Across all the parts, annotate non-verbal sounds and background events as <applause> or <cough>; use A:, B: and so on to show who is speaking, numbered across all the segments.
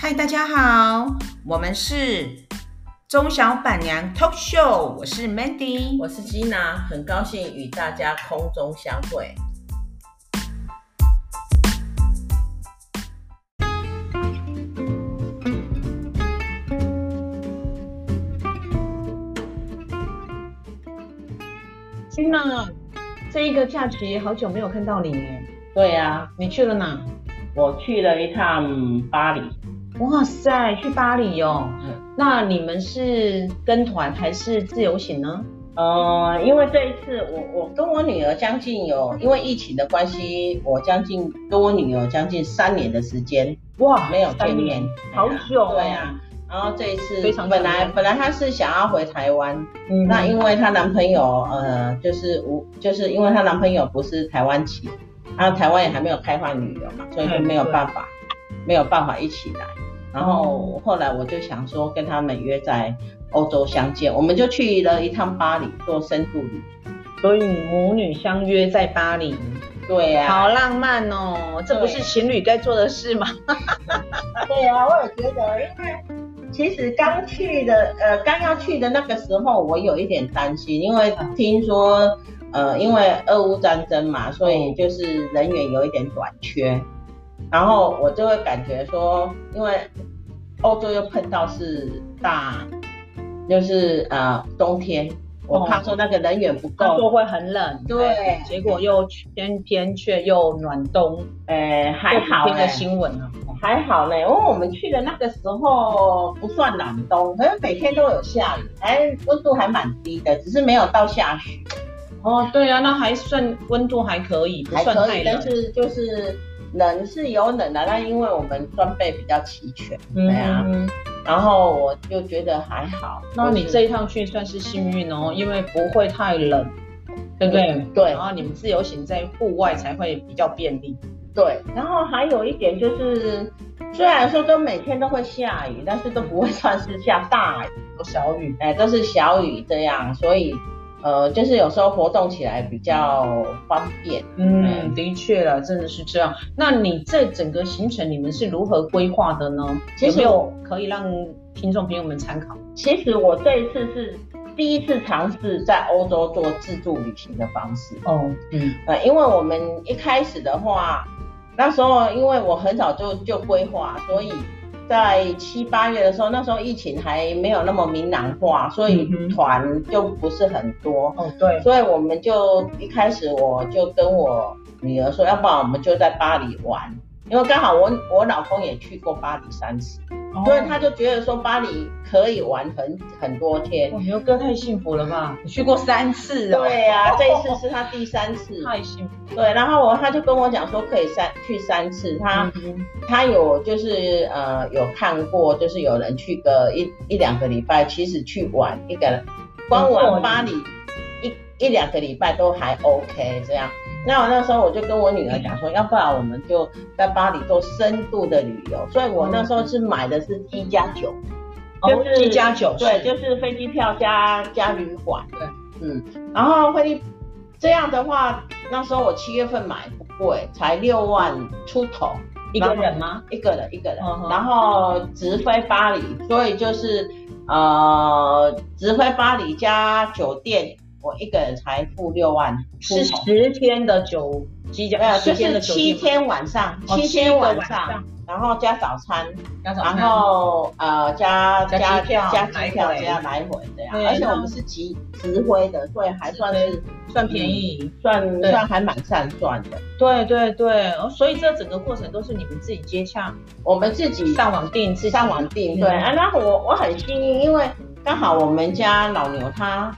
A: 嗨，大家好，我们是中小板娘 Talk Show，我是 Mandy。
B: 我是吉娜，很高兴与大家空中相会。
C: 君娜，这一个假期好久没有看到你耶，
B: 对呀、
C: 你去了哪？
B: 我去了一趟巴黎，
C: 哇塞，去巴黎哦
B: 嗯。
C: 那你们是跟团还是自由行呢？
B: 呃，因为这一次我我跟我女儿将近有，因为疫情的关系，我将近跟我女儿将近三年的时间
C: 哇
B: 没有见
C: 三
B: 面
C: 年，好久哦
B: 对呀、然后这一次
C: 非常
B: 本
C: 想
B: 来
C: 念
B: 本来她是想要回台湾，
C: 嗯
B: 那因为她男朋友呃就是无就是因为她男朋友不是台湾籍，然后台湾也还没有开放旅游嘛，
C: 嗯
B: 所以就没有办法、没有办法一起来。然后后来我就想说跟他们约在欧洲相见，我们就去了一趟巴黎做深度旅。
C: 所以母女相约在巴黎，
B: 对啊呀、
C: 好浪漫哦！这不是情侣该做的事吗？
B: 对呀、我也觉得，因为其实刚去的，呃，刚要去的那个时候，我有一点担心，因为听说，呃，因为俄乌战争嘛，所以就是人员有一点短缺，然后我就会感觉说，因为欧洲又碰到是大，就是呃冬天，我怕说那个人员不
C: 他说
B: 够，
C: 会很冷，
B: 对
C: 哎结果又偏偏却又暖冬，
B: 呃，还好、
C: 这几天
B: 欸
C: 的。新闻啊，哦
B: 还好呢，因为我们去的那个时候不算暖冬，可是每天都有下雨，哎，温度还蛮低的，只是没有到下雪，
C: 哦，对啊，那还算温度还可以，不
B: 还
C: 算
B: 可
C: 太
B: 以，
C: 冷
B: 但。是就是冷是有冷的，但因为我们装备比较齐全，对啊，
C: 嗯，
B: 然后我就觉得还好。
C: 那你
B: 就是
C: 这一趟去算是幸运哦，因为不会太冷，对不嗯对？
B: 对
C: 然后你们自由行在户外才会比较便利。
B: 对，然后还有一点就是，虽然说都每天都会下雨，但是都不会算是下大雨，
C: 有小雨，
B: 哎，都是小雨这样，所以呃，就是有时候活动起来比较方便。
C: 嗯，的确了，真的是这样。那你这整个行程你们是如何规划的呢？
B: 其
C: 有
B: 实
C: 没有可以让听众朋友们参考？
B: 其实我这一次是第一次尝试在欧洲做自助旅行的方式，
C: 哦，嗯，
B: 呃，因为我们一开始的话，那时候因为我很早就就规划，所以在七八月的时候，那时候疫情还没有那么明朗化，所以
C: 嗯哼
B: 团就不是很多，
C: 哦，对，
B: 所以我们就一开始我就跟我女儿说，要不然我们就在巴黎玩，因为刚好我我老公也去过巴黎三次，所以他就觉得说巴黎可以玩很很多天。
C: 哇，牛哥太幸福了吧？你去过三次哦，
B: 对呀、这一次是他第三次，
C: 太幸福了。
B: <laughs> 对，然后我他就跟我讲说可以三去三次，他、
C: 嗯
B: 他有就是呃有看过，就是有人去个一一两个礼拜，其实去玩一个人光玩巴黎一一两个礼拜都还 OK 这样。那我那时候我就跟我女儿讲说，要不然我们就在巴黎做深度的旅游，所以我那时候是买的是一加九。
C: 哦
B: 就是
C: 一加九，
B: 对，就是飞机票加加旅馆。
C: 对，
B: 嗯，然后飞机这样的话，那时候我七月份买不贵，才六万出头
C: 一个人吗？
B: 一个人一个人，
C: 嗯哼
B: 然后直飞巴黎，所以就是呃直飞巴黎加酒店，我一个人才付六万出
C: 是啊
B: 头。
C: 十天的酒，即
B: 没有，
C: 将十
B: 就
C: 天
B: 是
C: 的酒
B: 七
C: 店吗，
B: 天晚上，
C: 哦
B: 七
C: 七
B: 天
C: 个
B: 晚
C: 晚
B: 上
C: 上，
B: 然后加早餐，
C: 加早餐
B: 然后呃加
C: 嗯加机票
B: 加
C: 来
B: 机票
C: 回
B: 这样来回这样，
C: 对
B: 而且
C: 那
B: 我们是直直飞的，所以还算是
C: 算便
B: 嗯
C: 宜。
B: 算
C: 对
B: 算还蛮善算的。
C: 对对对，哦所以这整个过程都是你们自己接洽、
B: 我们自己
C: 上网订、自己
B: 上网订
C: 嗯
B: 对啊，那我我很幸运，因为刚好我们家老牛他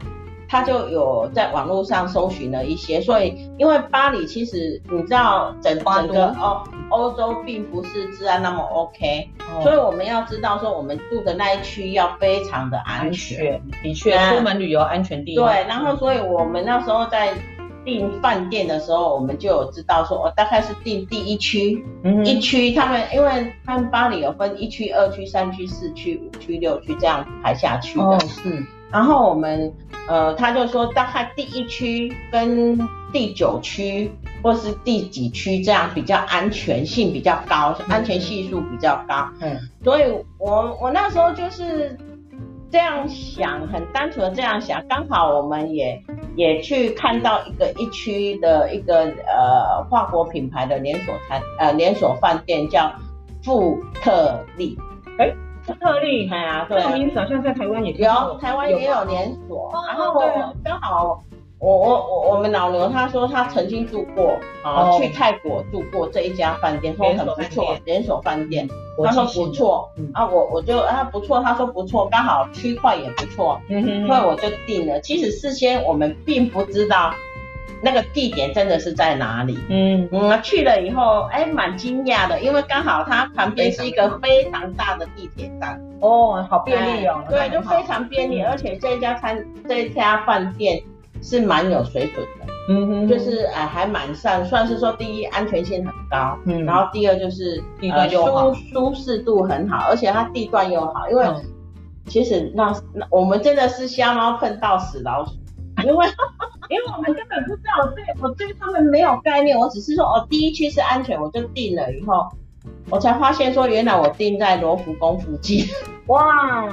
B: 他就有在网络上搜寻了一些，所以因为巴黎其实你知道整
C: 花
B: 整
C: 都
B: 个欧欧洲并不是治安那么 OK，
C: 哦
B: 所以我们要知道说，我们住的那一区要非常的安全。
C: 的确，
B: 嗯
C: 出门旅游安全第一。
B: 对，然后所以我们那时候在订饭店的时候，我们就有知道说，我、大概是订第一区，
C: 嗯
B: 一区他们因为他们巴黎有分一区、二区、三区、四区、五区、六区这样排下去的。
C: 哦是
B: 然后我们呃，他就说大概第一区跟第九区或是第几区这样比较安全性比较高，安全系数比较高。
C: 嗯
B: 所以我我那时候就是这样想，很单纯的这样想。刚好我们也也去看到一个一区的一个呃法国品牌的连锁餐呃连锁饭店叫富特利，
C: 特例，
B: 哎呀、
C: 这
B: 对
C: 个
B: 啊，
C: 名字好像在台湾也听过
B: 有台湾也有连锁，然后
C: 对
B: 我刚好。我我我我们老刘他说他曾经住过啊、
C: 哦
B: 去泰国住过这一家饭店，说很不错，连锁饭店。
C: 国
B: 他
C: 际
B: 说
C: 性
B: 不
C: 的，
B: 错
C: 嗯，
B: 啊，我我就啊不错，他说不错，刚好区块也不错，
C: 嗯哼
B: 所以我就定了。其实事先我们并不知道那个地点真的是在哪里。
C: 嗯
B: 嗯，去了以后，哎，蛮惊讶的，因为刚好它旁边是一个非常大的地铁站，
C: 哦，好便利哦，
B: 哎对，就非
C: 常
B: 常便利，
C: 嗯
B: 而且这一家餐这一家饭店是蛮有水准的，
C: 嗯哼
B: 就是哎还蛮上，算是说第一安全性很高，
C: 嗯
B: 然后第二就是
C: 地段又好
B: 呃、舒舒适度很好，而且它地段又好，因为
C: 嗯
B: 其实那那我们真的是瞎猫碰到死老鼠， <laughs> 因为因为我们根本不知道，我对我对他们没有概念，我只是说哦第一区是安全，我就定了以后。我才发现说，原来我定在罗浮宫附近。
C: 哇，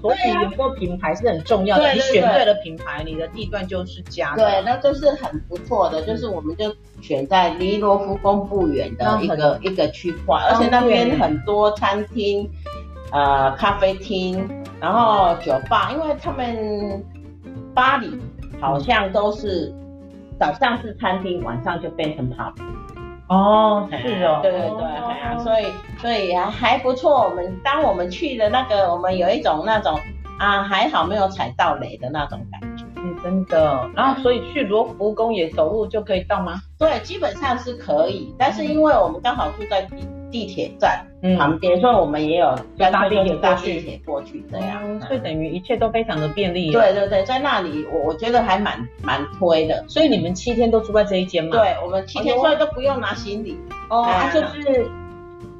C: 所以
B: 对啊
C: 有一个品牌是很重要的，
B: 对
C: 你
B: 对
C: 选
B: 对
C: 对了品牌，你的地段就是家，
B: 对，，那就是很不错的，就是我们就选在离罗浮宫不远的一
C: 那
B: 个一个区块，而且那边很多餐厅、呃咖啡厅，然后酒吧，因为他们巴黎
C: 嗯
B: 好像都是早上是餐厅，晚上就变成 pub。
C: 哦，是哦，
B: 对对对，哎呀所以所以还还不错。我们当我们去的那个，我们有一种那种啊还好没有踩到雷的那种感觉。
C: 嗯，真的。然后所以去罗浮宫也走路就可以到吗？
B: 对，基本上是可以，但是因为我们刚好住在地地铁站
C: 嗯
B: 旁边，所以我们也有
C: 就搭
B: 干脆
C: 地铁
B: 就搭
C: 过去
B: 地铁过去这样。
C: 哦
B: 嗯
C: 所以等于一切都非常的便利。，啊
B: 对对对，在那里我我觉得还蛮蛮推的。
C: 所以你们七天都住在这一间吗？，
B: 对我们七天
C: 哎呦
B: 所以都不用拿行李，
C: 哦，
B: 哎
C: 啊就是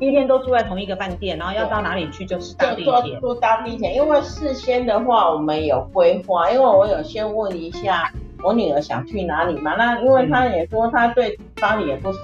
C: 第一天都住在同一个饭店，然后要
B: 对
C: 到哪里去就是搭
B: 就
C: 地
B: 坐
C: 铁。
B: 坐搭地铁。因为事先的话，我们有规划，因为我有先问一下我女儿想去哪里嘛。那因为她也说她对巴黎也不熟，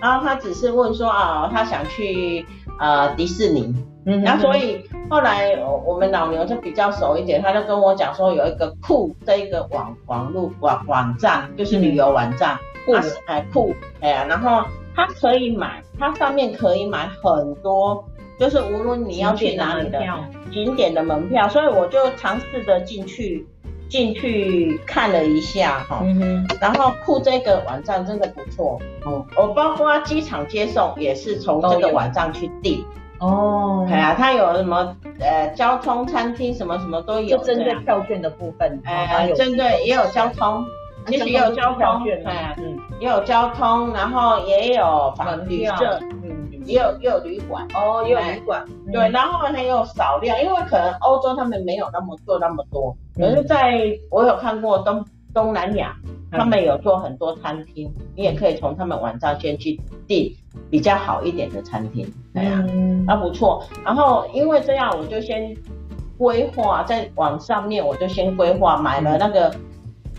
B: 然后她只是问说啊，她想去呃迪士尼。
C: 嗯
B: 然后所
C: 以
B: 以后来我我们老牛就比较熟一点，他就跟我讲说有一个酷这一个网网络网网站，就是旅游网站，
C: 酷
B: 它是哎酷哎呀，然后它可以买，它上面可以买很多，就是无论你要去哪里
C: 嗯
B: 的景点的门票，所以我就尝试着进去进去看了一下哈、
C: 嗯哼，
B: 然后酷这个网站真的不错，
C: 哦
B: 我包括机场接送也是从这
C: 都
B: 个
C: 有
B: 网站去订。
C: 哦，
B: 哎呀，它有什么呃交通、餐厅什么什么都有
C: 就
B: 的，
C: 针对票券的部分，哦还
B: 哎
C: 有啊
B: 针对也有交通，其实也有交
C: 票
B: 通，
C: 券嘛
B: 哎，
C: 嗯
B: 也有交通，然后也有房
C: 门
B: 旅
C: 票
B: 社，
C: 嗯，
B: 也有也有旅馆，
C: 哦，也有
B: 哎
C: 旅馆，嗯
B: 对，，然后还有少量，因为可能欧洲他们没有那么做那么多，可
C: 嗯
B: 是在我有看过东东南亚，
C: 嗯
B: 他们有做很多餐厅，你也可以从他们网站先去订比较好一点的餐厅，哎呀。
C: 嗯
B: 啊不错。然后因为这样，我就先规划在网上面，我就先规划买了那个，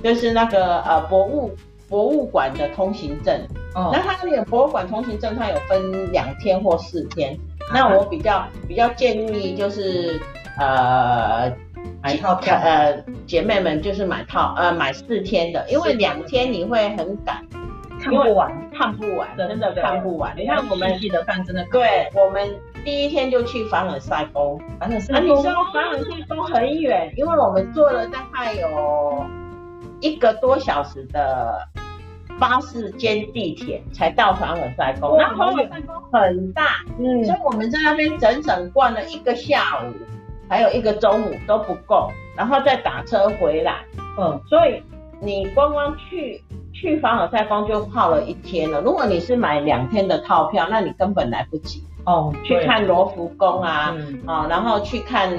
B: 就是那个呃博物博物馆的通行证。那
C: 哦，
B: 它那个博物馆通行证，它有分两天或四天。那我比较比较建议就是呃。
C: 买套票
B: 呃，姐妹们就是买套，呃，买四天的，因为两天你会很赶，
C: 看啊不完，
B: 看不完，真的看不完。你
C: 你
B: 看
C: 看
B: 我
C: 我
B: 们
C: 们记得看真的看不完，
B: 对，我们第一天就去凡尔赛宫，
C: 反正是
B: 啊，你知道凡尔赛宫很远，因为我们坐了大概有一个多小时的巴士兼地铁才到凡尔赛
C: 哇
B: 宫。那凡尔赛宫很大，
C: 哦嗯
B: 所以我们在那边整整逛了一个下午，还有一个中午都不够，然后再打车回来。
C: 嗯，
B: 所以你光光去去凡尔赛宫就耗了一天了。如果你是买两天的套票，那你根本来不及
C: 哦，
B: 去看罗浮宫啊。
C: 啊，嗯
B: 啊、然后去看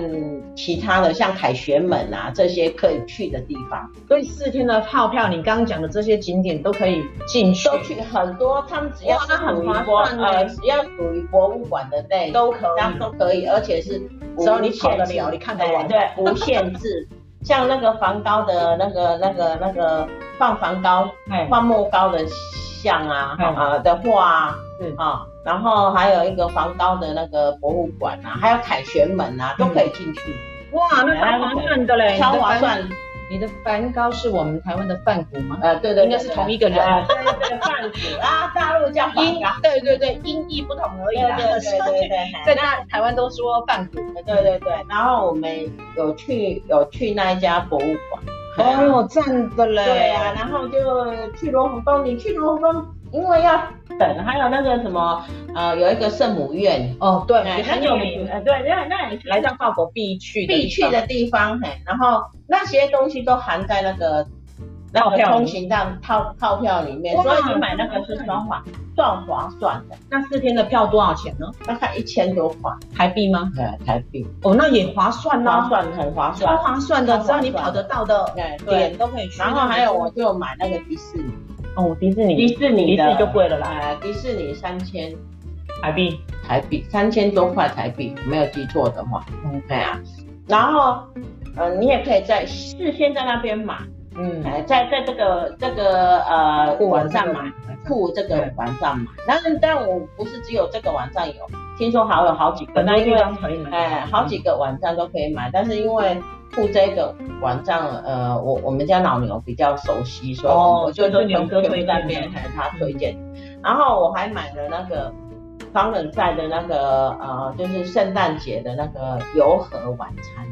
B: 其他的，像凯旋门啊这些可以去的地方，
C: 所以四天的套票，你刚刚讲的这些景点都可以进去，
B: 都去很多。他们只要
C: 哇
B: 是
C: 那很
B: 属于
C: 划
B: 博
C: 算呢
B: 呃，只要属于博物馆的类，
C: 都可
B: 这样
C: 以。
B: 都可以，而且是
C: 只哦要你
B: 无
C: 跑得
B: 限制
C: 了你看得完
B: 对，对无限
C: <laughs>
B: 制。像那个梵高的那个那个那个放梵高
C: 哎
B: 放莫高的像啊，
C: 嗯
B: 啊、的画啊，
C: 是
B: 啊、然后还有一个黄高的那个博物馆啊，还有凯旋门啊，都可以进去，
C: 哇，那超划算的嘞，
B: 哎超划算。
C: 你的梵。你的梵高是我们台湾的梵谷吗？
B: 呃，对对对
C: 应该是同一个人
B: 啊，对对对，贩子啊，大陆叫黄
C: 音啊
B: 高，
C: 对对对，音译不同而已
B: 对
C: 啦。 <laughs>
B: 对对对对，嘿
C: 在大台湾都说梵谷。
B: 对对对，然后我们有去有去那一家博物馆。
C: 哦，赞的嘞。
B: 对啊，，然后就去罗浮宫。你去罗浮宫，因为要等，还有那个什么，呃，有一个圣母院，
C: 哦对，
B: 哎
C: 也很有名。。呃
B: 哎对，那那你去
C: 来到法国必去的地
B: 必去
C: 方
B: 的地方，嘿，然后那些东西都含在那个那
C: 套
B: 个
C: 票里
B: 通行账套套票里面，
C: 哇
B: 所以你买那个是算划算划算的，
C: 那四天的票多少钱呢？
B: 大概一千多块
C: 台币吗？
B: 呃台币，
C: 哦，那也划算
B: 划
C: 呐、
B: 算很划
C: 超
B: 算。
C: 划算的，
B: 超划
C: 只要
B: 算
C: 你跑得到的
B: 哎，对
C: 点。都可以去。
B: 然后还有我就买那个迪士尼，
C: 哦，迪士尼，
B: 迪士尼的
C: 迪士尼就贵了啦
B: 呃，迪士尼三千
C: 台币。
B: 台币三千多块台币，没有记错的话，
C: 嗯
B: 对啊。然后，呃，你也可以在事先在那边买，
C: 嗯，
B: 哎，在在这个这个呃
C: 酷玩
B: 晚
C: 这
B: 上
C: 个
B: 买，
C: 晚上
B: 付这个
C: 对
B: 晚上买。但是，但我不是只有这个晚上有，听说还有好几个，
C: 很
B: 那
C: 多
B: 因
C: 地
B: 为
C: 方可以买。
B: 哎好几个晚上都可以买，但是因为。付这个晚上，呃，我我们家老牛比较熟悉，所以
C: 哦
B: 我就
C: 就是牛
B: 全
C: 哥
B: 全
C: 推
B: 部在
C: 荐
B: 边
C: 的
B: 哎他推荐。然后我还买了那个双人赛的那个呃，就是圣诞节的那个游河晚餐。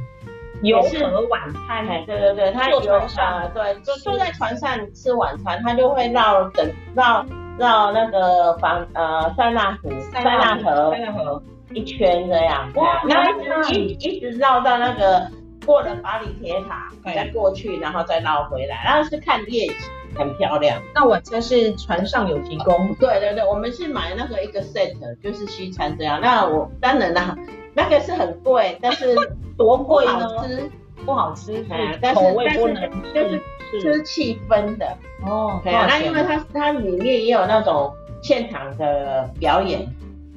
C: 游
B: 也是
C: 河晚餐，
B: 哎，对对对，他有
C: 坐船上
B: 呃，对，就坐在船上吃晚餐，他就会绕整绕绕那个防呃塞纳湖、塞纳河
C: 塞纳河，
B: 一圈这样，
C: 哇
B: 对然后
C: 塞纳
B: 一直一一
C: 哎
B: 直绕到那个过了巴黎铁塔，
C: 对
B: 再过去，然后再绕回来，然后是看夜景，很漂亮。
C: 那晚餐是船上有提供。
B: 对对对，我们是买那个一个 set，就是西餐这样。那我当然啦，那个是很贵，但是多贵呢？
C: 好
B: 吃
C: <laughs> 不好吃，
B: 哎
C: 是
B: 但是
C: 口味不能
B: 但是就是吃气氛的。
C: 哦，
B: 对啊，
C: 多少
B: 那
C: 钱
B: 因为它它里面也有那种现场的表演，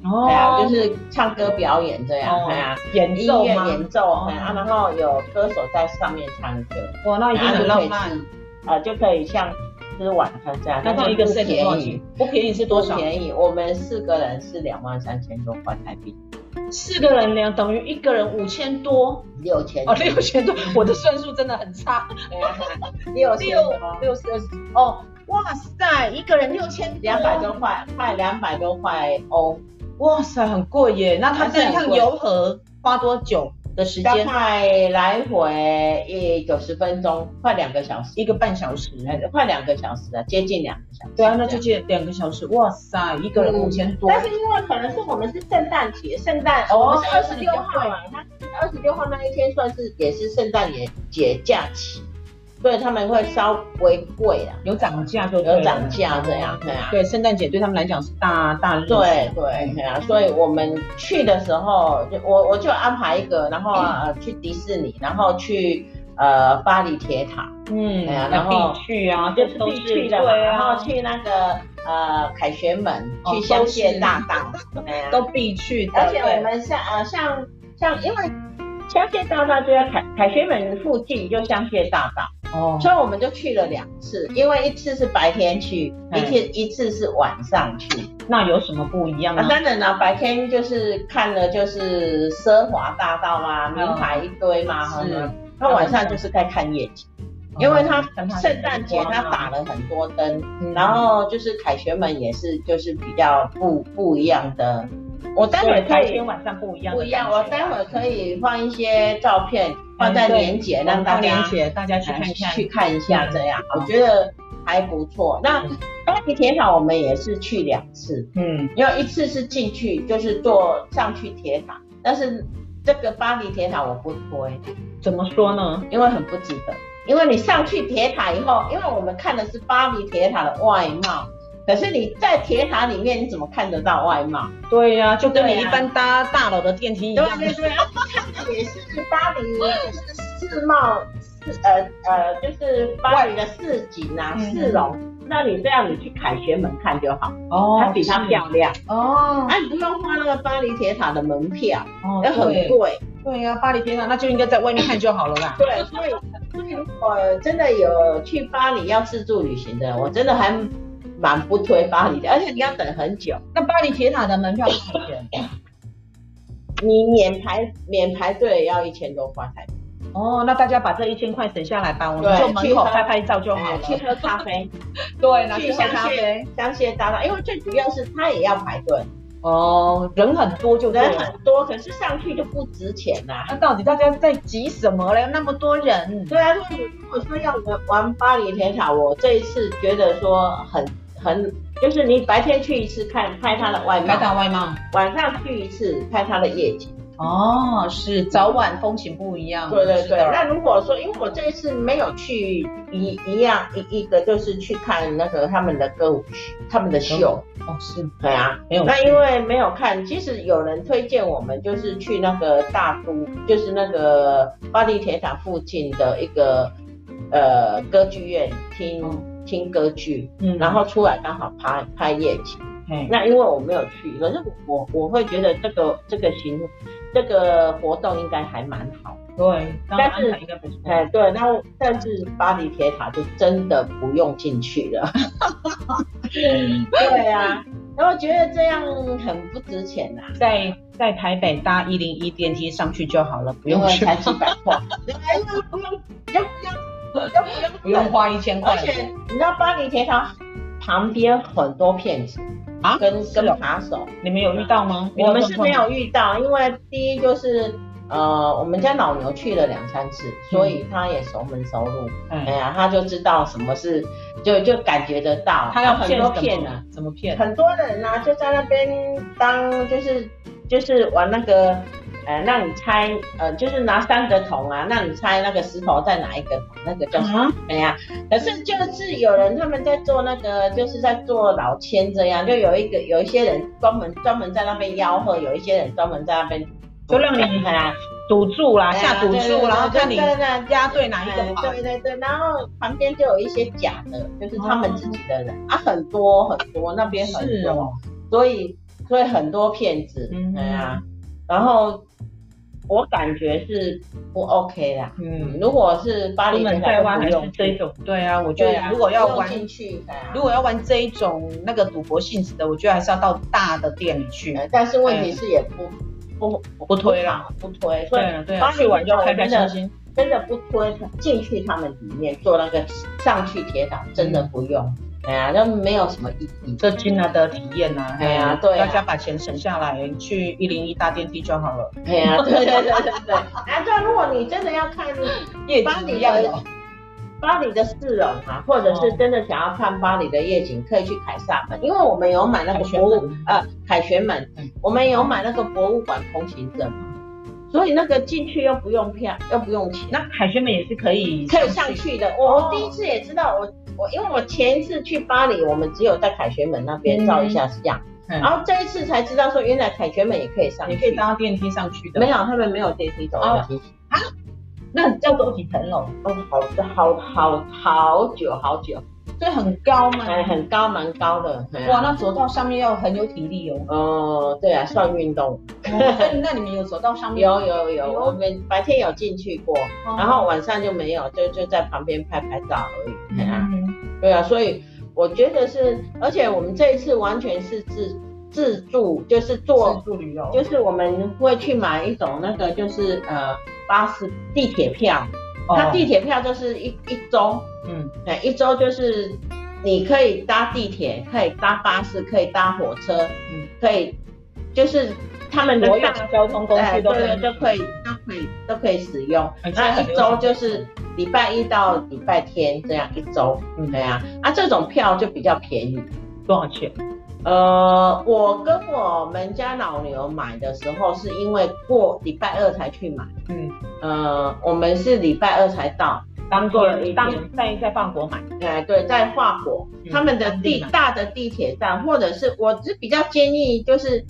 B: 对啊，
C: 哦，
B: 就是唱歌表演这样，
C: 哦
B: 对啊，
C: 演
B: 音
C: 奏
B: 乐
C: 吗？
B: 演奏，
C: 哦
B: 对啊，然后有歌手在上面唱歌，
C: 哇，那一定很浪漫。
B: 啊，就可以像吃晚餐这样，
C: 那
B: 但
C: 这
B: 是
C: 一个
B: 不
C: set 多少
B: 便
C: 钱
B: 宜，？
C: 不便宜是多少
B: 不？便宜，我们四个人是两万三千多块台币，
C: 四个人量等于一个人五千多
B: 六千
C: 哦， <laughs> 六千多，我的算术真的很差，
B: 六千
C: 六
B: 多。
C: 六十二十哦，哇塞，一个人六千
B: 两百多，块，快两百多块欧，
C: 哇塞，很贵耶。那他这一趟游河花多久的时
B: 大
C: 间？
B: 概来回也九十分钟，快两个小时。
C: 一个半小时。
B: 哎快两个小时了，接近两个小时。
C: 对啊，那就接两个小时，哇塞，一个人
B: 嗯
C: 五千多。
B: 但是因为可能是我们是圣诞节，圣诞
C: 哦
B: 我们是二十六号嘛，他二十六号那一天算是也是圣诞节节假期，所以他们会稍微贵啦，
C: 有涨价就对了
B: 有涨价这样，对啊，
C: 对，圣诞节对他们来讲是大大日子。
B: 对对对啊，所以我们去的时候，就我我就安排一个，然后呃去迪士尼，然后去呃巴黎铁塔，
C: 嗯，
B: 对啊
C: 那
B: 然后
C: 必去啊，
B: 就
C: 这
B: 是
C: 都
B: 必
C: 是
B: 去的嘛，
C: 对
B: 然后
C: 啊，
B: 去那个呃凯旋门，
C: 哦
B: 去香
C: 都是
B: 榭大道，对啊
C: 都必去的。
B: 而且我
C: 对
B: 们像呃像像因为香榭大道就在凯凯旋门附近，就香榭大道，
C: 哦，
B: 所以我们就去了两次，因为一次是白天去，
C: 嗯
B: 一次一次是晚上去。
C: 那有什么不一样呢
B: 啊，？当然了，白天就是看了就是奢华大道啦，
C: 嗯
B: 名牌一堆嘛，
C: 是嗯
B: 嗯那晚上就是在看夜景，
C: 哦
B: 因为它圣诞节它打
C: 了，
B: 了很多灯，
C: 嗯
B: 然后就是凯旋门也是就是比较不不一样的。我待会
C: 对，
B: 可
C: 白
B: 以
C: 天晚上不一样的感
B: 不一
C: 觉啊，嗯
B: 样，我待会可以放一些照片放在连结，让大家
C: 连姐大嗯家去看
B: 呃
C: 看。
B: 去看一下，这样
C: 嗯
B: 我觉得还不错。那巴黎铁塔我们也是去两次，
C: 嗯，
B: 因为一次是进去就是坐上去铁塔，但是这个巴黎铁塔我不推，
C: 怎么说呢？
B: 因为很不值得。因为你上去铁塔以后，因为我们看的是巴黎铁塔的外貌，可是你在铁塔里面你怎么看得到外貌？
C: 对呀，就跟
B: 对
C: 你
B: 啊
C: 一般搭大楼的电梯一
B: 对
C: 样。
B: 对对，然后看的也是巴黎，就是世贸，世呃呃，就是巴黎的市景啊、
C: 嗯
B: 市容。那你这样，你去凯旋门看就好，
C: 哦
B: 它比它漂亮。
C: 哦
B: 啊，你不用花那个巴黎铁塔的门票，
C: 哦，
B: 也很
C: 对
B: 贵。
C: 对呀，巴黎铁塔那就应该在外面看就好了
B: <laughs>
C: 啦。
B: 对，所以所以如果真的有去巴黎要自助旅行的，我真的还蛮不推巴黎铁，而且你要等很久，
C: 那巴黎铁塔的门票是多钱？
B: 你免排免排队也要一千多块才。
C: 哦，那大家把这一千块省下来吧，我们
B: 对
C: 就门
B: 去
C: 口
B: 喝
C: 拍拍照就好
B: 哎
C: 了。
B: 去喝咖啡，
C: <laughs> 对，拿去
B: 去
C: 喝
B: 香
C: 咖啡
B: 榭。香榭大道，因为最主要是它也要排队，
C: 哦，人很多就对
B: 人
C: 了。
B: 很多，可是上去就不值钱啦、
C: 那到底大家在急什么嘞？那么多人。
B: 对啊，所以如果说要玩玩巴黎铁塔，我这一次觉得说很很，就是你白天去一次看拍它的外貌，
C: 外貌。
B: 晚上去一次看它的夜景。
C: 哦，是早晚风情不一样。
B: 对对
C: 是
B: 对
C: 的，
B: 那如果说，因为我这一次没有去一一样一一个，就是去看那个他们的歌舞，他们的秀，
C: 哦是
B: 对啊，
C: 没有
B: 那
C: 去
B: 因为没有看，其实有人推荐我们，就是去那个大都，就是那个巴黎铁塔附近的一个呃歌剧院听、听歌剧，
C: 嗯
B: 然后出来刚好拍拍夜景。
C: 嘿
B: 那因为我没有去，可是我我会觉得这个这个行这个活动应该还蛮好。
C: 对，这样
B: 但是
C: 安排应该不错。
B: 哎，对，那我但是巴黎铁塔就真的不用进去了。 <laughs> 对啊，然后觉得这样很不值钱啊呐、
C: 在在台北搭一零一电梯上去就好了，不
B: 因
C: 用
B: 为
C: 去
B: 才几百块，哎，因为不用，要不要，要不要，
C: 不用。花一千块
B: 而且你知道巴黎铁塔旁边很多骗子
C: 啊！
B: 跟
C: 是
B: 跟
C: 哦
B: 扒手，
C: 你们有遇到吗？
B: 我们是没有遇到，因为第一就是呃，我们家老牛去了两三次，所以他也熟门熟路。哎
C: 嗯，
B: 呀，他就知道什么是，就就感觉得到，
C: 他要
B: 很
C: 骗
B: 多
C: 怎么
B: 骗啊，，
C: 怎么骗？
B: 很多人啊就在那边当就是就是玩那个，呃，让你猜，呃，就是拿三个桶啊，让你猜那个石头在哪一个桶，那个叫什么？
C: 啊，
B: 哎呀，可是就是有人他们在做那个，就是在做老千这样，就有一个有一些人专门专门在那边吆喝，有一些人专门在那边
C: 就让你
B: 哎呀
C: 赌注啦，
B: 哎呀
C: 下赌
B: 对对
C: 注，
B: 对
C: 然后
B: 对
C: 看你
B: 对对
C: 押对哪一个
B: 哎
C: 牌。
B: 对对对，然后旁边就有一些假的，就是他们自己的人、啊，很多很多，那边很
C: 哦是
B: 多，
C: 哦，
B: 所以所以很多骗子，
C: 嗯
B: 对啊，然后我感觉是不 OK 啦。
C: 嗯，
B: 如果是巴
C: 出
B: 黎
C: 门
B: 铁
C: 在
B: 塔
C: 外还
B: 就不
C: 是
B: 用
C: 这
B: 去，
C: 种，对啊，我觉
B: 对
C: 得
B: 啊，
C: 如果要
B: 不用
C: 玩。
B: 进去，哎呀
C: 如果要玩这一种那个赌博性质的，我觉得还是要到大的店里去。
B: 哎但是问题是也不不
C: 嗯不推啦
B: 好，不推，所
C: 对
B: 以
C: 啊，对啊，
B: 巴黎
C: 去玩就要开
B: 铁塔
C: 开心心。
B: 真的不推进去他们里面做那个上去铁塔，真的不用，
C: 嗯
B: 哎呀，那没有什么意义。
C: 这金额的体验呐、
B: 哎呀对啊
C: 大家把钱省下来，去一零一搭电梯就好了。
B: 哎
C: <laughs>
B: 呀，对对对对对，啊，对，如果你真的要看
C: 业
B: 巴
C: 绩
B: 黎
C: 一样的
B: 的，巴黎的市容
C: 哦
B: 啊，或者是真的想要看巴黎的夜景，可以去凯撒门，因为我们有买那个
C: 凯
B: 博
C: 旋
B: 物
C: 门
B: 呃凯旋门
C: 嗯，
B: 我们有买那个博物馆通行证，所以那个进去又不用票，又不用钱。
C: 那海鲜们也是可以
B: 可以上去的。我
C: 哦
B: 我第一次也知道，我我因为我前一次去巴黎，我们只有在凯旋门那边照一下相，
C: 嗯
B: 然后这一次才知道说原来凯旋门也可以上
C: 也
B: 去，
C: 可以搭电梯上去的。
B: 没有，他们没有电梯走
C: 哦
B: 楼梯。
C: 那要走几层楼？
B: 哦，好好好好久好久，
C: 所以很高嘛。
B: 哎，很高蛮高的。哎呀
C: 哇，那走到上面要很有体力
B: <laughs>
C: 哦。
B: 哦，对啊，算运动。
C: 所以那你们有走到上面？
B: 有有有，
C: 哦有
B: 我们白天有进去过，
C: 哦
B: 然后晚上就没有，就就在旁边拍拍照而已。哎呀
C: 嗯
B: 对啊，所以我觉得是，而且我们这一次完全是自自助，就是
C: 自
B: 坐，
C: 助旅游，
B: 就是我们会去买一种那个就是呃巴士地铁票，它
C: 哦
B: 地铁票就是一一周，
C: 嗯
B: 哎，一周就是你可以搭地铁，可以搭巴士，可以搭火车，
C: 嗯
B: 可以就是他们的
C: 所有
B: 大
C: 的交通工
B: 哎
C: 具都
B: 对对都可
C: 以。
B: 以都可以都可以使用
C: 哎。这
B: 那
C: 很
B: 一
C: 流
B: 周
C: 行
B: 就是礼拜一到礼拜天这样一周，
C: 嗯
B: 对啊，啊这种票就比较便宜。
C: 多少钱？
B: 呃，我跟我们家老牛买的时候，是因为过礼拜二才去买，
C: 嗯，
B: 呃，我们是礼拜二才到，
C: 当
B: 做了一
C: 当
B: 天
C: 在在法国买。
B: 哎，对，在法国，
C: 嗯
B: 他们的
C: 当地
B: 地
C: 买
B: 大的地铁站，或者是我是比较建议，就是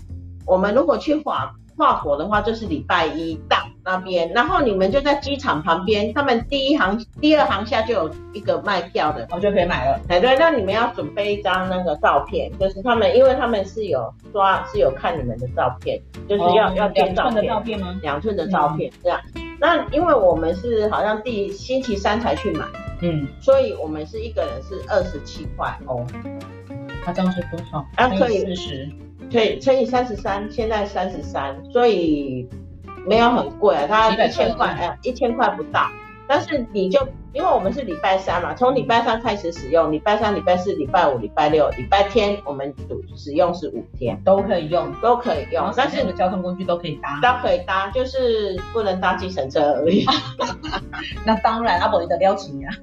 B: 我们如果去法法国的话，就是礼拜一到那边，然后你们就在机场旁边，他们第一行、第二行下就有一个卖票的，
C: 哦我就可以买了。
B: 哎，对，那你们要准备一张那个照片，就是他们，因为他们是有抓是有看你们的照片，就是要、要贴
C: 哦两
B: 照
C: 寸的
B: 片，
C: 照片吗？
B: 两寸的照片、这样。那因为我们是好像第星期三才去买，
C: 嗯。
B: 所以我们是一个人是二十七块哦，
C: 他这样是多少？
B: 啊可以
C: 四十，
B: 对，乘以三十三，现在三十三，所以没有很贵啊，它
C: 几百
B: 一千块，
C: 块
B: 呃，一千块不到。但是你就因为我们是礼拜三嘛，从礼拜三开始使用，礼拜三、礼拜四、礼拜五、礼拜六、礼拜天，我们主使用是五天
C: 都可以用，
B: 都可以
C: 然
B: 用
C: 后，
B: 哦但
C: 什么样
B: 是
C: 的交通工具都哦可以搭。
B: 都可以搭，就是不能搭计程车而已。
C: 那当然，阿伯你的撩情啊，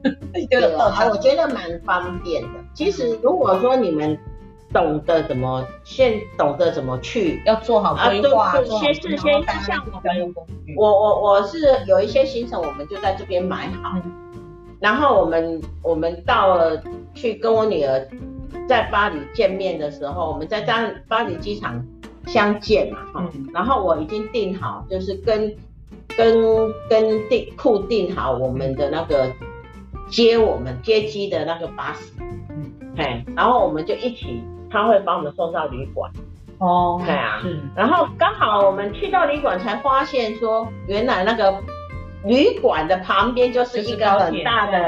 C: <laughs> 丢了豆
B: 啊，
C: 沙
B: 我觉得蛮方便的。其实如果说你们懂得怎么现懂得怎么去
C: 要做好规划，
B: 啊对对
C: 做好
B: 先事先
C: 搭
B: 像我们
C: 交通工具。
B: 我我我是有一些行程，我们就在这边买好，
C: 嗯
B: 然后我们我们到了去跟我女儿在巴黎见面的时候，我们在巴巴黎机场相见嘛，哈、
C: 嗯
B: 然后我已经订好，就是跟跟跟订库订好我们的那个接我们接机的那个巴士，
C: 嗯
B: 哎，然后我们就一起，他会把我们送到旅馆。
C: 哦，
B: 对啊
C: 是
B: 然后刚好我们去到旅馆才发现说，原来那个旅馆的旁边就是一个很大的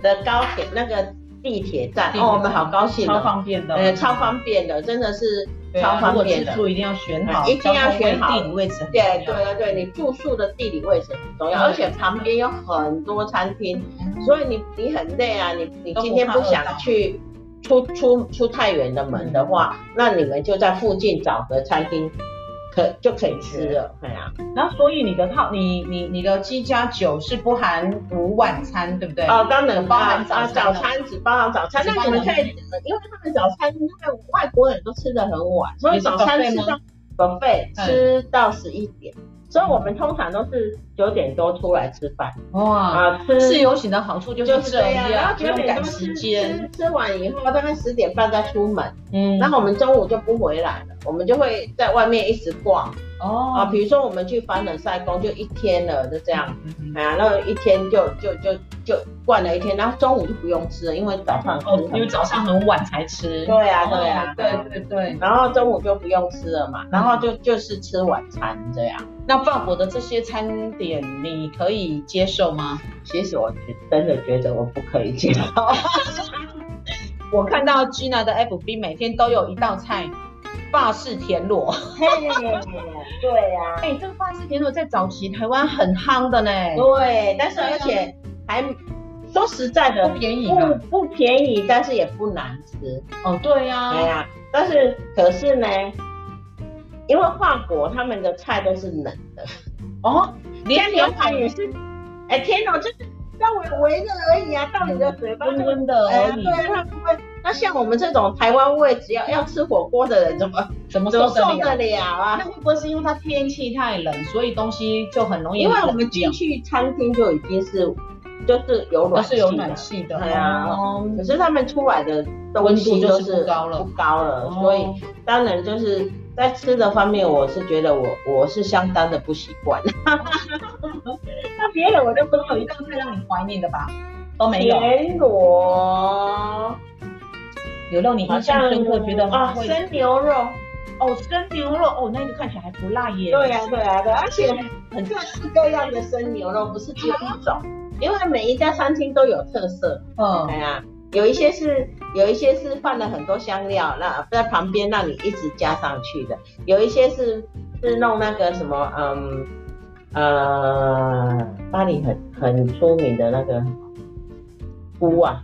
B: 的高铁那个地铁站，
C: 地铁站
B: 哦，我们好高兴、
C: 超
B: 哦，
C: 方便的，
B: 呃，超方便的，真的是
C: 对啊
B: 超方便
C: 如果
B: 的
C: 吃。住一定要选好，
B: 嗯一定要选好
C: 交通位地理位置很重要
B: 对对对对，你住宿的地理位置很重要，
C: 对
B: 而且旁边有很多餐厅，
C: 嗯
B: 所以你你很累啊，你你
C: 都不
B: 今天
C: 怕
B: 不
C: 饿
B: 想
C: 到
B: 去出出出太远的门的话，
C: 嗯
B: 那你们就在附近找个餐厅，可就可以吃了，对啊。
C: 然后所以你的套，你你你的七加九是不含午晚餐，对不对？
B: 哦，当然
C: 包含
B: 啊，
C: 早餐
B: 早
C: 的
B: 餐只包含早餐，
C: 只
B: 那你
C: 包
B: 们
C: 含
B: 可以，因为他们早餐，他们外国人都吃的很晚，所以
C: 你是
B: 早餐
C: buffet
B: 吃
C: 吗
B: 到 buffet
C: 嗯
B: 吃到十一点，所以我们通常都是九点多出来吃饭
C: 哇，
B: 啊，吃
C: 自由行的好嗯处就
B: 就是是
C: 这
B: 这样，然
C: 样，
B: 后
C: 不
B: 九
C: 用
B: 点
C: 赶
B: 多
C: 时
B: 吃
C: 间，
B: 吃吃完以后，大概十点半再出门，
C: 嗯
B: 然后我们中午就不回来了，我们就会在外面一直逛啊，
C: 哦，
B: 比如说我们去凡尔赛宫就一天了，就这
C: 这
B: 样。
C: 嗯
B: 哎呀，那一天就就就就逛了一天，然后中午就不用吃了，因为早上
C: 哦
B: 吃，
C: 因为
B: 很
C: 早上很晚才吃，
B: 对啊对嗯啊
C: 哦对对对。
B: 然后中午就不用吃了嘛，然后就就是吃晚餐这样。
C: 那法国的这些餐点你可以接受吗？
B: 其实我觉真的觉得我不可以接受， <laughs>
C: 我看到 Gina 的 FB 每天都有一道菜，法式田螺。
B: 对啊呀、
C: 哎、这个法式田螺在早期台湾很夯的呢，
B: 对，但是而且还说实在的
C: 不，便宜
B: 不
C: 嘛。
B: 不便宜，但是也不难吃。
C: 哦，对呀、
B: 哎呀、但是可是呢，因为法国他们的菜都是冷的。
C: 哦，连
B: 天牛
C: 牛
B: 排
C: 排
B: 也
C: 也
B: 是，哎，天牛就是稍微围着而已啊，到你的嘴巴就
C: 温温的
B: 哎
C: 嗯而
B: 呀
C: 已，
B: 对，它不会。那像我们这种台湾味，只要要吃火锅的人，怎么
C: 怎么
B: 怎么
C: 受得
B: 受得
C: 了？
B: 了啊
C: 那？会不会是因为它天气太冷，所以东西就很容易
B: 因
C: 冷
B: 为
C: 掉？
B: 我们进去餐厅就已经是，就是有
C: 都
B: 暖
C: 是
B: 气，
C: 有暖。气的，
B: 哎呀
C: 哦
B: 可是他们出来的东西
C: 温度
B: 都
C: 就是是不高了
B: 不高了，所以
C: 哦
B: 当然就是在吃的方面，我是觉得我我是相当的不习惯。那别人我就不
C: 都有一道菜让你怀念的吧？都没有，
B: 田螺。
C: 有让你印象深刻，觉得
B: 啊，
C: 会
B: 生牛肉，
C: 哦生牛肉哦，那个看起来还不辣耶，
B: 对呀、对啊呀、对，而且
C: 很
B: 各式各样的生牛肉，不是只有一种，因为每一家餐厅都有特色。哎
C: 嗯，
B: 呀，有一些是有一些是放了很多香料，那在旁边让你一直加上去的，有一些是是弄那个什么，嗯呃，巴黎很很出名的那个菇啊，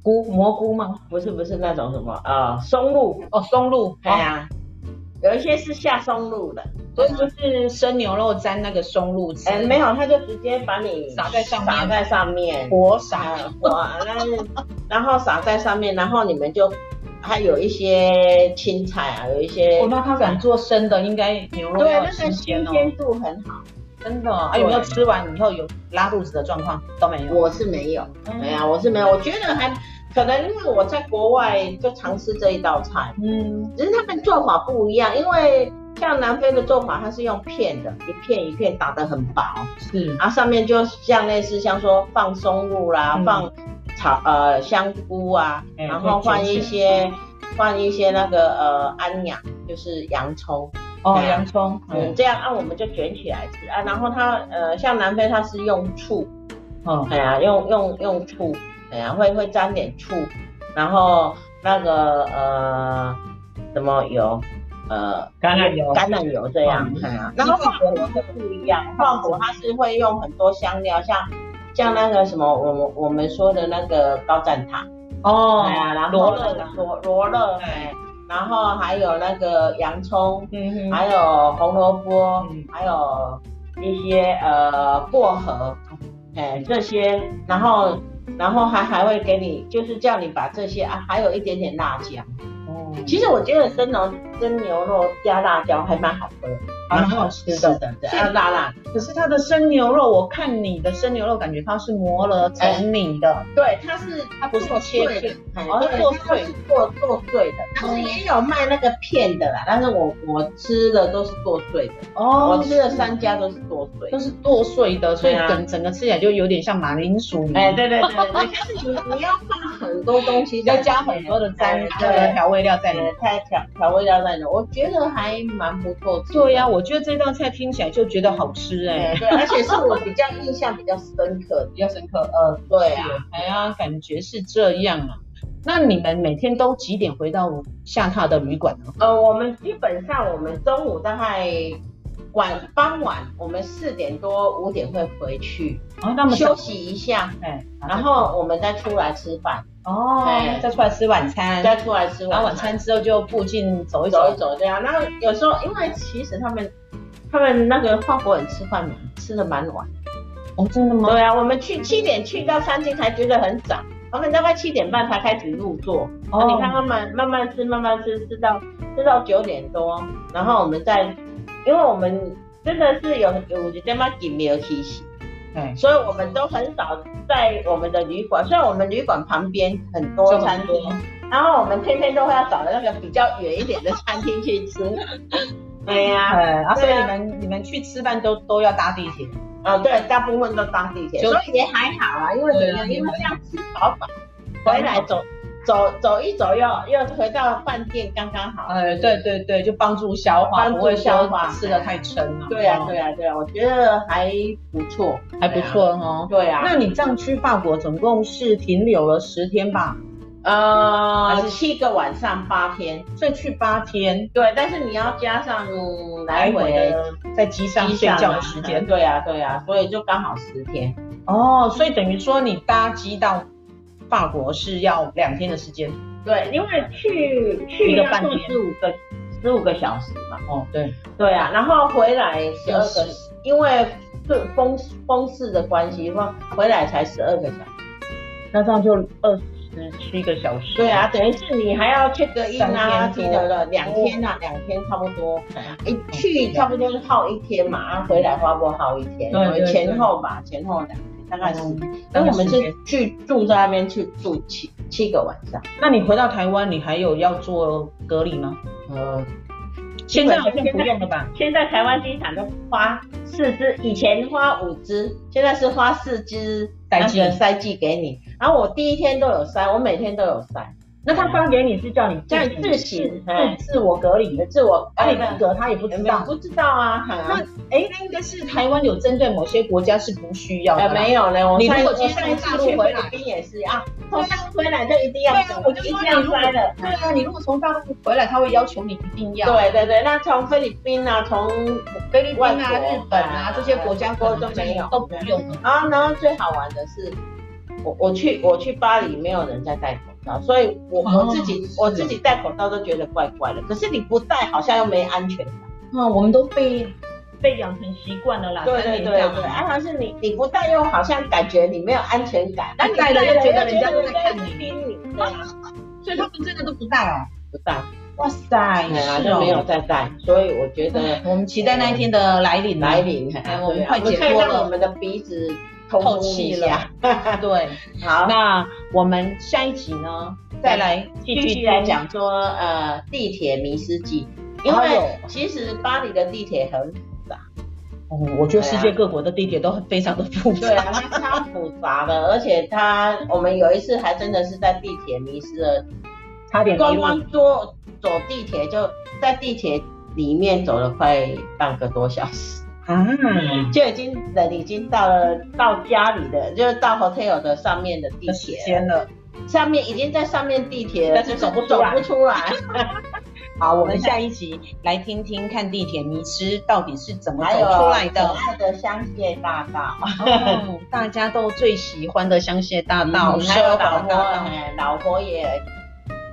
C: 菇蘑菇吗？
B: 不是不是那种什么呃松露，
C: 哦，松露，
B: 哎呀、有一些是下松露的。
C: 所以就是生牛肉沾那个松露吃，
B: 哎，没有，他就直接把你
C: 撒在上面
B: 撒在上面，
C: 活
B: 啊
C: 撒，
B: 哇，那是然后撒在上面，然后你们就还有一些青菜啊，有一些
C: 哦，那他敢做生的，应该牛肉
B: 对
C: 要
B: 那
C: 很新
B: 个
C: 鲜
B: 新
C: 哦，
B: 鲜度很好，
C: 真的啊？
B: 对
C: 有没有吃完以后有拉肚子的状况？都没有。
B: 我是没有，
C: 嗯
B: 哎呀，我是没有，我觉得还可能因为我在国外就尝试这一道菜，
C: 嗯，
B: 只是他们做法不一样，因为像南非的做法，它是用片的，一片一片打得很薄。
C: 是
B: 然后上面就像类似像说放松露啦，
C: 嗯
B: 放草呃香菇啊，
C: 哎
B: 然后放一些放一些那个呃安阳，就是洋葱，
C: 哦，
B: 对啊
C: 洋葱，
B: 嗯，
C: 嗯，
B: 这样啊我们就卷起来吃啊。然后它呃像南非它是用醋，
C: 哦，
B: 哎呀用用用醋，哎呀会会沾点醋，然后那个呃什么油，呃
C: 橄榄油
B: 橄榄油这样，
C: 哦
B: 哎
C: 嗯
B: 呀、然后法国就不一样，法国它是会用很多香料，像像那个什么我们我们说的那个高赞糖，
C: 哦
B: 哎呀，然后
C: 罗勒啊，
B: 罗罗勒，哎，然后还有那个洋葱，
C: 嗯
B: 还有红萝卜
C: 嗯，
B: 还有一些呃薄荷，哎这些，然后然后还还会给你，就是叫你把这些啊，还有一点点辣椒。
C: 哦，
B: 其实我觉得生牛生牛肉加辣椒还蛮好喝的，
C: 还
B: 蛮
C: 蛮好
B: 好
C: 吃
B: 吃
C: 的
B: 的，真的
C: 是
B: 啊辣辣。
C: 可是它的生牛肉，我看你的生牛肉，感觉它是磨了成泥的，
B: 对，它是
C: 它不是切片，
B: 哎
C: 哦
B: 对，
C: 剁
B: 它
C: 碎
B: 是剁剁碎的，但是也有卖那个片的啦，但是我我吃的都是剁碎的，
C: 哦
B: 我吃的三家都是剁碎的
C: 都。是剁碎的，所以
B: 对啊
C: 整整个吃起来就有点像马铃薯泥，
B: 哎，对对对对，就是你你要放很多东西，
C: 要加很多的蘸
B: 在里面
C: 那个调味料在里面。
B: 对，它调调味料在里面，我觉得还蛮不错吃的。
C: 对呀、啊我觉得这道菜听起来就觉得好吃哎、
B: 哎，对，而且是我比较印象比较深刻的。
C: 比较深刻。呃，
B: 对
C: 是
B: 啊，，
C: 哎呀，感觉是这样啊。那你们每天都几点回到下榻的旅馆呢？
B: 呃，我们基本上我们中午大概晚傍晚，我们四点多五点会回去
C: 哦，那么
B: 休息一下，
C: 哎，
B: 然后我们再出来吃饭，
C: 哦，
B: 哎
C: 再出来吃晚餐，
B: 再出来吃
C: 然后
B: 晚
C: 晚
B: 餐
C: 餐之后就附近走一
B: 走
C: 走
B: 一。走这样。那有时候因为其实他们他们那个法国人吃饭嘛，吃的蛮晚的。
C: 哦，真的吗？
B: 对啊，我们去七点去到餐厅才觉得很早，他们大概七点半才开始入座。
C: 哦
B: 哦，你看慢慢慢慢吃，慢慢吃，吃到吃到九点多，然后我们再，因为我们真的是有有一点嘛紧没有提醒，
C: 哎，
B: 所以我们都很少在我们的旅馆，虽然我们旅馆旁边很多
C: 就
B: 餐
C: 很
B: 厅
C: 多，啊
B: 然后我们天天都会要找那个比较远一点的餐厅去吃。对呀、啊。
C: 哎，啊，所以
B: 对啊
C: 你们你们去吃饭都都要搭地铁。
B: 对，大部分都搭地铁，
C: 就
B: 所以也还好啊，因为
C: 对
B: 怎
C: 啊
B: 样？
C: 你
B: 因
C: 们
B: 为这样吃饱饱。回来走走走一走又，又回到饭店刚刚好。
C: 哎，对对对，就帮助消化，
B: 帮助
C: 不会
B: 消
C: 说
B: 化
C: 吃的太撑了。
B: 对啊，
C: 哦
B: 对啊，对啊，我觉得还不错，
C: 还不错哦。
B: 对啊。
C: 那你这样去法国总共是停留了十天吧？还
B: 呃
C: 是，
B: 七个晚上八天，
C: 所以去八天，
B: 对，但是你要加上嗯来回的
C: 在机上
B: 机
C: 睡
B: 上啊
C: 觉的时间。
B: 对啊，对啊，所以就刚好十天。
C: 哦，所以等于说你搭机到法国是要两天的时间。
B: 对，因为去去
C: 一个
B: 要
C: 半
B: 坐
C: 天
B: 十五个十五个小时嘛。
C: 哦，对，
B: 对啊，然后回来十二
C: 就
B: 个，因为对风风势的关系，回回来才十二个小时。
C: 那这样就二十七个小时。
B: 对啊，，等于是你还要 check in 啊，
C: 三天多
B: 记得了两天啊，两天差不多，一哎去差不多是耗一天嘛，啊，回来花过耗一天，
C: 对对对
B: 前后吧，前后两天，大概是，因
C: 嗯那
B: 嗯哎为我们是去住在那边去住七七个晚上，
C: 那你回到台湾，你还有要做隔离吗？
B: 呃，
C: 现在好像
B: 现
C: 不
B: 在
C: 用了吧？
B: 现在台湾机场都花四只，以前花五只，现在是花四只
C: 塞
B: 那
C: 剂
B: 个塞剂给你，然后我第一天都有塞，我每天都有塞，
C: 那他发给你是哦叫你
B: 叫你
C: 自
B: 自
C: 己
B: 行，
C: 自自我隔离，
B: 自我哎
C: 那你不隔他也不知道。
B: 不知道啊，哈、
C: 那哎，那应该是台湾有针对某些国家是不需要的
B: 呃，
C: 啦。
B: 没有呢，我
C: 你
B: 上
C: 如果
B: 我
C: 去
B: 上一
C: 大
B: 次
C: 陆
B: 去
C: 回
B: 菲
C: 来
B: 律宾也是啊，从大陆回来就一定要
C: 对
B: 走
C: 啊，，我就
B: 一
C: 说
B: 定
C: 你
B: 要
C: 如果
B: 塞的。
C: 对啊，你如果从大陆回来，他会要求你一定要。
B: 对对对，那从菲律宾啊，从
C: 菲律宾
B: 外
C: 啊、
B: 国
C: 日本啊这些国家
B: 都
C: 都
B: 都没有
C: 都不用了。
B: 啊，然后最好玩的是，我我去我去巴黎，没有人在戴口罩，所以我
C: 哦
B: 我自己
C: 是
B: 我自己戴口罩都觉得怪怪的。可是你不戴，好像又没安全感。
C: 嗯，我们都被被养成习惯了啦。
B: 对
C: 三
B: 对
C: 年
B: 对
C: 这
B: 对，
C: 样哎
B: 啊，但是你你不戴，又好像感觉你没有安全感，那你
C: 戴了又觉得人家都在看你
B: 盯你，对啊
C: 所以他们真的都不戴哦。
B: 不戴。
C: 哇塞，
B: 哎呀，
C: 是
B: 就
C: 哦
B: 没有。再戴，所以我觉得
C: 我们期待那一天的来临啊
B: 来。临，
C: 哎
B: 哎
C: 我们
B: 对啊
C: 快
B: 我们
C: 解
B: 可以
C: 脱
B: 让
C: 了
B: 我们的鼻子通
C: 透
B: 风
C: 气
B: 一
C: 了
B: 下。
C: 对，
B: 好，
C: 那我们下一集呢，再来继
B: 继续
C: 续
B: 来讲说呃地铁迷失记，因
C: 哎呦
B: 为其实巴黎的地铁很
C: 哦。我觉得世界各国的地铁都非常的复杂
B: 对。啊，它超复杂的， <laughs> 而且它我们有一次还真的是在地铁迷失了，
C: 差点
B: 光
C: 迷路。
B: 光坐走地铁就在地铁里面走了快半个多小时。
C: 啊，
B: 就已经人已经到了到家里的，就是到 hotel 的上面的
C: <laughs>
B: 地
C: 的时
B: 铁了，
C: 间了。
B: 上面已经在上面地铁了，
C: 但是 <laughs> 走不出
B: 走
C: 来
B: 不出来。
C: 好，我们下一集来听听看地铁迷失到底是怎么
B: 还
C: 走
B: 有
C: 出来
B: 可
C: 的。
B: 爱的香榭大道，
C: <laughs> 哦大家都最喜欢的香榭大道、
B: 嗯还
C: 奢
B: 有
C: 华
B: 老
C: 大
B: 婆，
C: 道，
B: 哎老婆也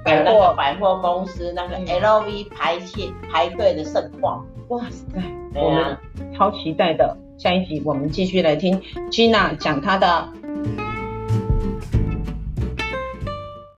C: 百货
B: 有那个百货公司那个
C: 嗯
B: LV 排气排队的盛况。
C: 哇塞，
B: 对
C: 我
B: 啊
C: 们超期待的。下一集我们继续来听 Gina 讲她的